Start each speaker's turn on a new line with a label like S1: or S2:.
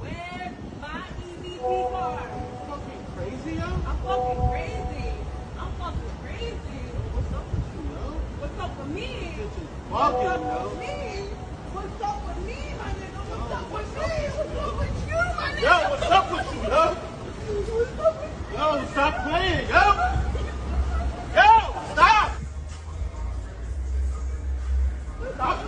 S1: Where's my EBT card?
S2: Fucking crazy, yo.
S1: I'm fucking crazy. I'm fucking crazy.
S2: What's up with you, yo?
S1: What's up with me?
S2: Bitch is
S1: What's
S2: bugging,
S1: up with
S2: yo.
S1: me? What's up with me, my nigga? What's up with me? What's up with you, my nigga?
S2: Yo, what's up with you, yo?
S1: What's up with
S2: Yo, stop playing, yo.